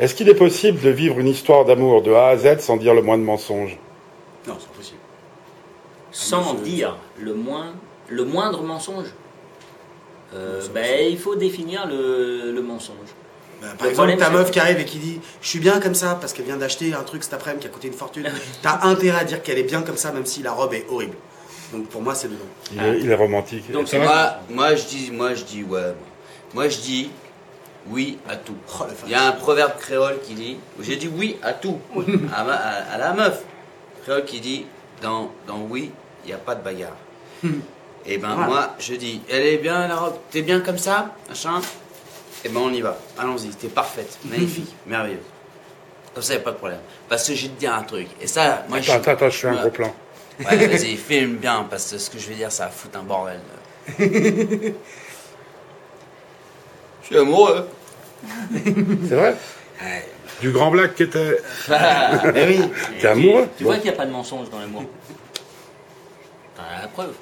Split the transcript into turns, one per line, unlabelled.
Est-ce qu'il est possible de vivre une histoire d'amour de A à Z sans dire le moins de mensonges
Non, c'est impossible.
Sans
Monsieur-
dire le, moins, le moindre mensonge. Euh,
Mensonge.
ben, il faut définir le, le mensonge.
Bah, par
Le
exemple,
problème,
ta
c'est-
meuf qui arrive et qui dit Je suis bien comme ça parce qu'elle vient d'acheter un truc cet après-midi qui a coûté une fortune. T'as intérêt à dire qu'elle est bien comme ça, même si la robe est horrible. Donc pour moi, c'est dedans.
il, est, il est romantique.
Donc,
C'est
c'est
vrai
Moi, moi, je dis, moi, je dis, ouais. Moi, je dis oui à tout.
Oh, la vache.
Il y a un proverbe créole qui dit, j'ai dit oui à tout, à, ma- à- à la meuf. Créole qui dit, dans, dans oui, il n'y a pas de bagarre.
Hmm.
Et ben
Ouais.
moi, je dis, elle est bien la robe, t'es bien comme ça, machin. Et ben on y va, allons-y, t'es parfaite,
Hmm.
magnifique, merveilleuse. Comme ça, il a pas de problème. Parce que je vais te dire un truc. Et ça, moi, je
Attends, attends, attends, je fais un
Ouais.
gros plan.
Ouais, vas-y, filme bien, parce que ce que je vais dire, ça va foutre un bordel. je suis amoureux.
C'est vrai Du grand black qui était.
Mais oui,
T'es amoureux
Tu
Bon.
vois qu'il n'y a pas de mensonge dans l'amour. T'en as la preuve.